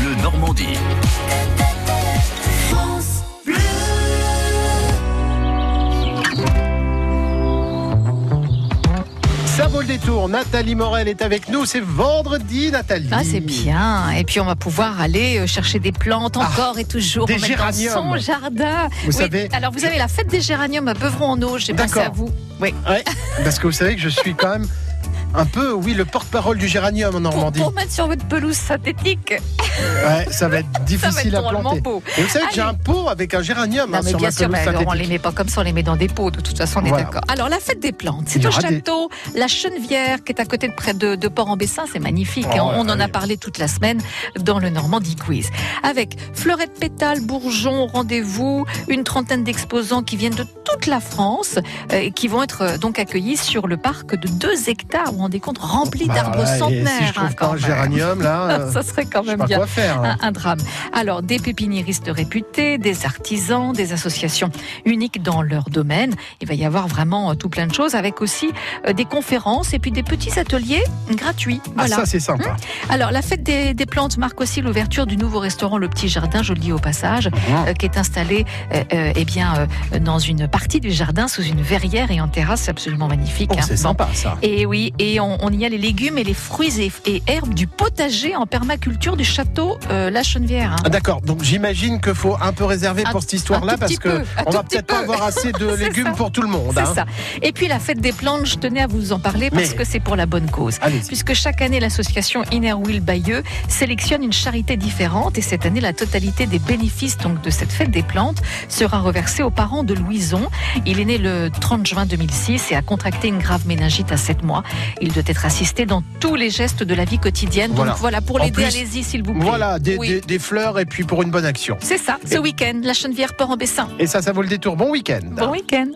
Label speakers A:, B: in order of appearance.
A: Bleu Normandie.
B: France Bleu.
C: Ça vaut le détour. Nathalie Morel est avec nous. C'est vendredi, Nathalie.
D: Ah, c'est bien. Et puis, on va pouvoir aller euh, chercher des plantes encore et toujours.
C: Ah, des
D: en mettre
C: géraniums.
D: Dans son jardin.
C: Vous savez-
D: Alors, vous avez la fête des géraniums à Beuvron-en-Eau. J'ai pensé
C: D'accord.
D: à vous. Oui.
C: Ouais, parce que vous savez que je suis quand même un peu, oui, le porte-parole du géranium en
D: Pour,
C: Normandie.
D: pour mettre sur votre pelouse synthétique,
C: Ouais, ça va être
D: ça va être
C: difficile à
D: drôlement
C: planter.
D: beau.
C: Et vous savez que j'ai
D: Allez.
C: un pot avec un géranium
D: Non,
C: hein,
D: mais
C: sur
D: bien
C: ma
D: sûr,
C: pelouse
D: bah, alors, on les
C: synthétique.
D: met pas comme ça, on les met dans des pots. De toute façon, on est
C: Voilà.
D: d'accord. Alors, la fête des plantes,
C: Il
D: c'est
C: y
D: au
C: aura des-
D: château La Chenevière, qui est à côté de près de, de Port-en-Bessin. C'est magnifique.
C: Oh,
D: et on
C: ouais,
D: on en
C: ouais.
D: a parlé toute la semaine dans le Normandie Quiz. Avec fleurettes pétales, bourgeons, rendez-vous, une trentaine d'exposants qui viennent de toute la France euh, et qui vont être euh, donc accueillis sur le parc de 2 hectares. Vous vous rendez compte, rempli
C: Bah,
D: d'arbres
C: ouais, et
D: centenaires.
C: Si je trouve
D: hein,
C: pas
D: quand
C: un
D: même.
C: géranium, là, euh,
D: Ça serait quand
C: je sais
D: même
C: pas
D: bien Ah,
C: quoi faire. hein.
D: un, un drame. Alors, des pépiniéristes réputés, des artisans, des associations uniques dans leur domaine. Il va y avoir vraiment euh, tout plein de choses, avec aussi euh, des conférences et puis des petits ateliers gratuits.
C: Ah,
D: Voilà.
C: ça, c'est sympa.
D: Alors, la fête des, des plantes marque aussi l'ouverture du nouveau restaurant Le Petit Jardin, je le dis au passage,
C: Ah.
D: euh, qui est installé euh, euh, eh bien, euh, dans une partie du jardin, sous une verrière et en terrasse. C'est absolument magnifique.
C: Oh,
D: hein.
C: c'est sympa, ça.
D: Et oui, et on, on y a les légumes et les fruits et, et herbes du potager en permaculture du château euh, La Chenevière. hein.
C: Ah, D'accord, donc j'imagine qu'il faut un peu réserver
D: Un-
C: pour cette histoire-là
D: un tout
C: parce
D: petit peu,
C: que
D: un
C: on
D: tout
C: va
D: petit
C: peut-être pas
D: peu.
C: avoir assez de
D: C'est
C: légumes
D: ça.
C: pour tout le monde.
D: C'est
C: hein.
D: ça. Et puis la fête des plantes, je tenais à vous en parler parce
C: Mais-
D: que c'est pour la bonne cause.
C: Allez-y.
D: Puisque chaque année, l'association Inner Will Bayeux sélectionne une charité différente et cette année, la totalité des bénéfices donc, de cette fête des plantes sera reversée aux parents de Louison. Il est né le 30 juin 2006 et a contracté une grave méningite à 7 mois. Il doit être assisté dans tous les gestes de la vie quotidienne.
C: Voilà.
D: Donc voilà, pour
C: En
D: l'aider,
C: plus,
D: allez-y s'il vous plaît.
C: Voilà, des,
D: Oui.
C: des- des fleurs et puis pour une bonne action.
D: C'est ça, ce
C: Et-
D: week-end, la Chenevière Port-en-Bessin.
C: Et ça, ça vaut le détour. Bon week-end.
D: Bon week-end.